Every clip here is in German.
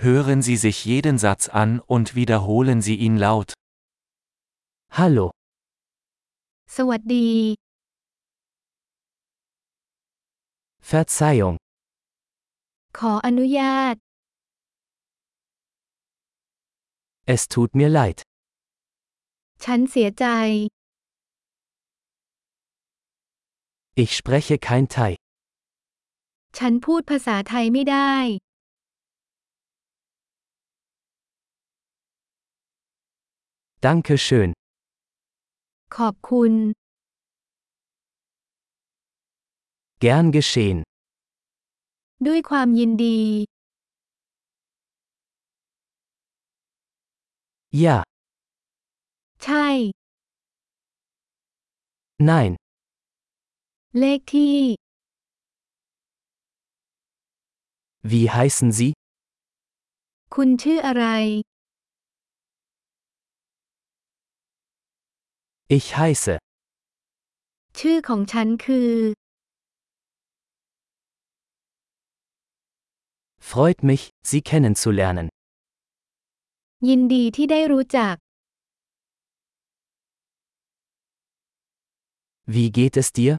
Hören Sie sich jeden Satz an und wiederholen Sie ihn laut. Hallo, สวัสดี Verzeihung, ขออนุญาต es tut mir leid. ฉันเสียใจ Ich spreche kein Thai. ฉันพูดภาษาไทยไม่ได้ Danke schön. ขอบคุณ Gern geschehen. ด้วยความยินดี Ja, ใช่ nein, เลขที่ wie heißen Sie? คุณชื่ออะไร Ich heiße. ชื่อของฉันคือ Freut mich, Sie kennenzulernen. ยินดีที่ได้รู้จัก Wie geht es dir?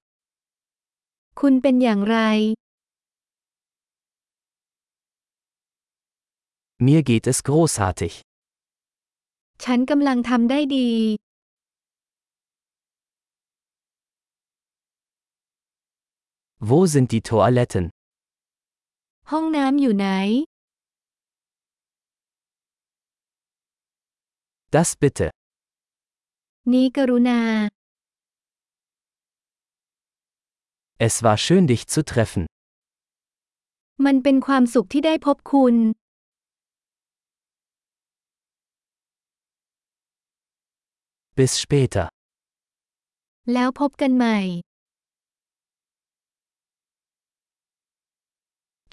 คุณเป็นอย่างไร Mir geht es großartig. ฉันกำลังทำได้ดี Wo sind die Toiletten? ห้องน้ำอยู่ไหน Das bitte. นี้กรุณา Es war schön, dich zu treffen. มันเป็นความสุขที่ได้พบคุณ Bis später. แล้วพบกันใหม่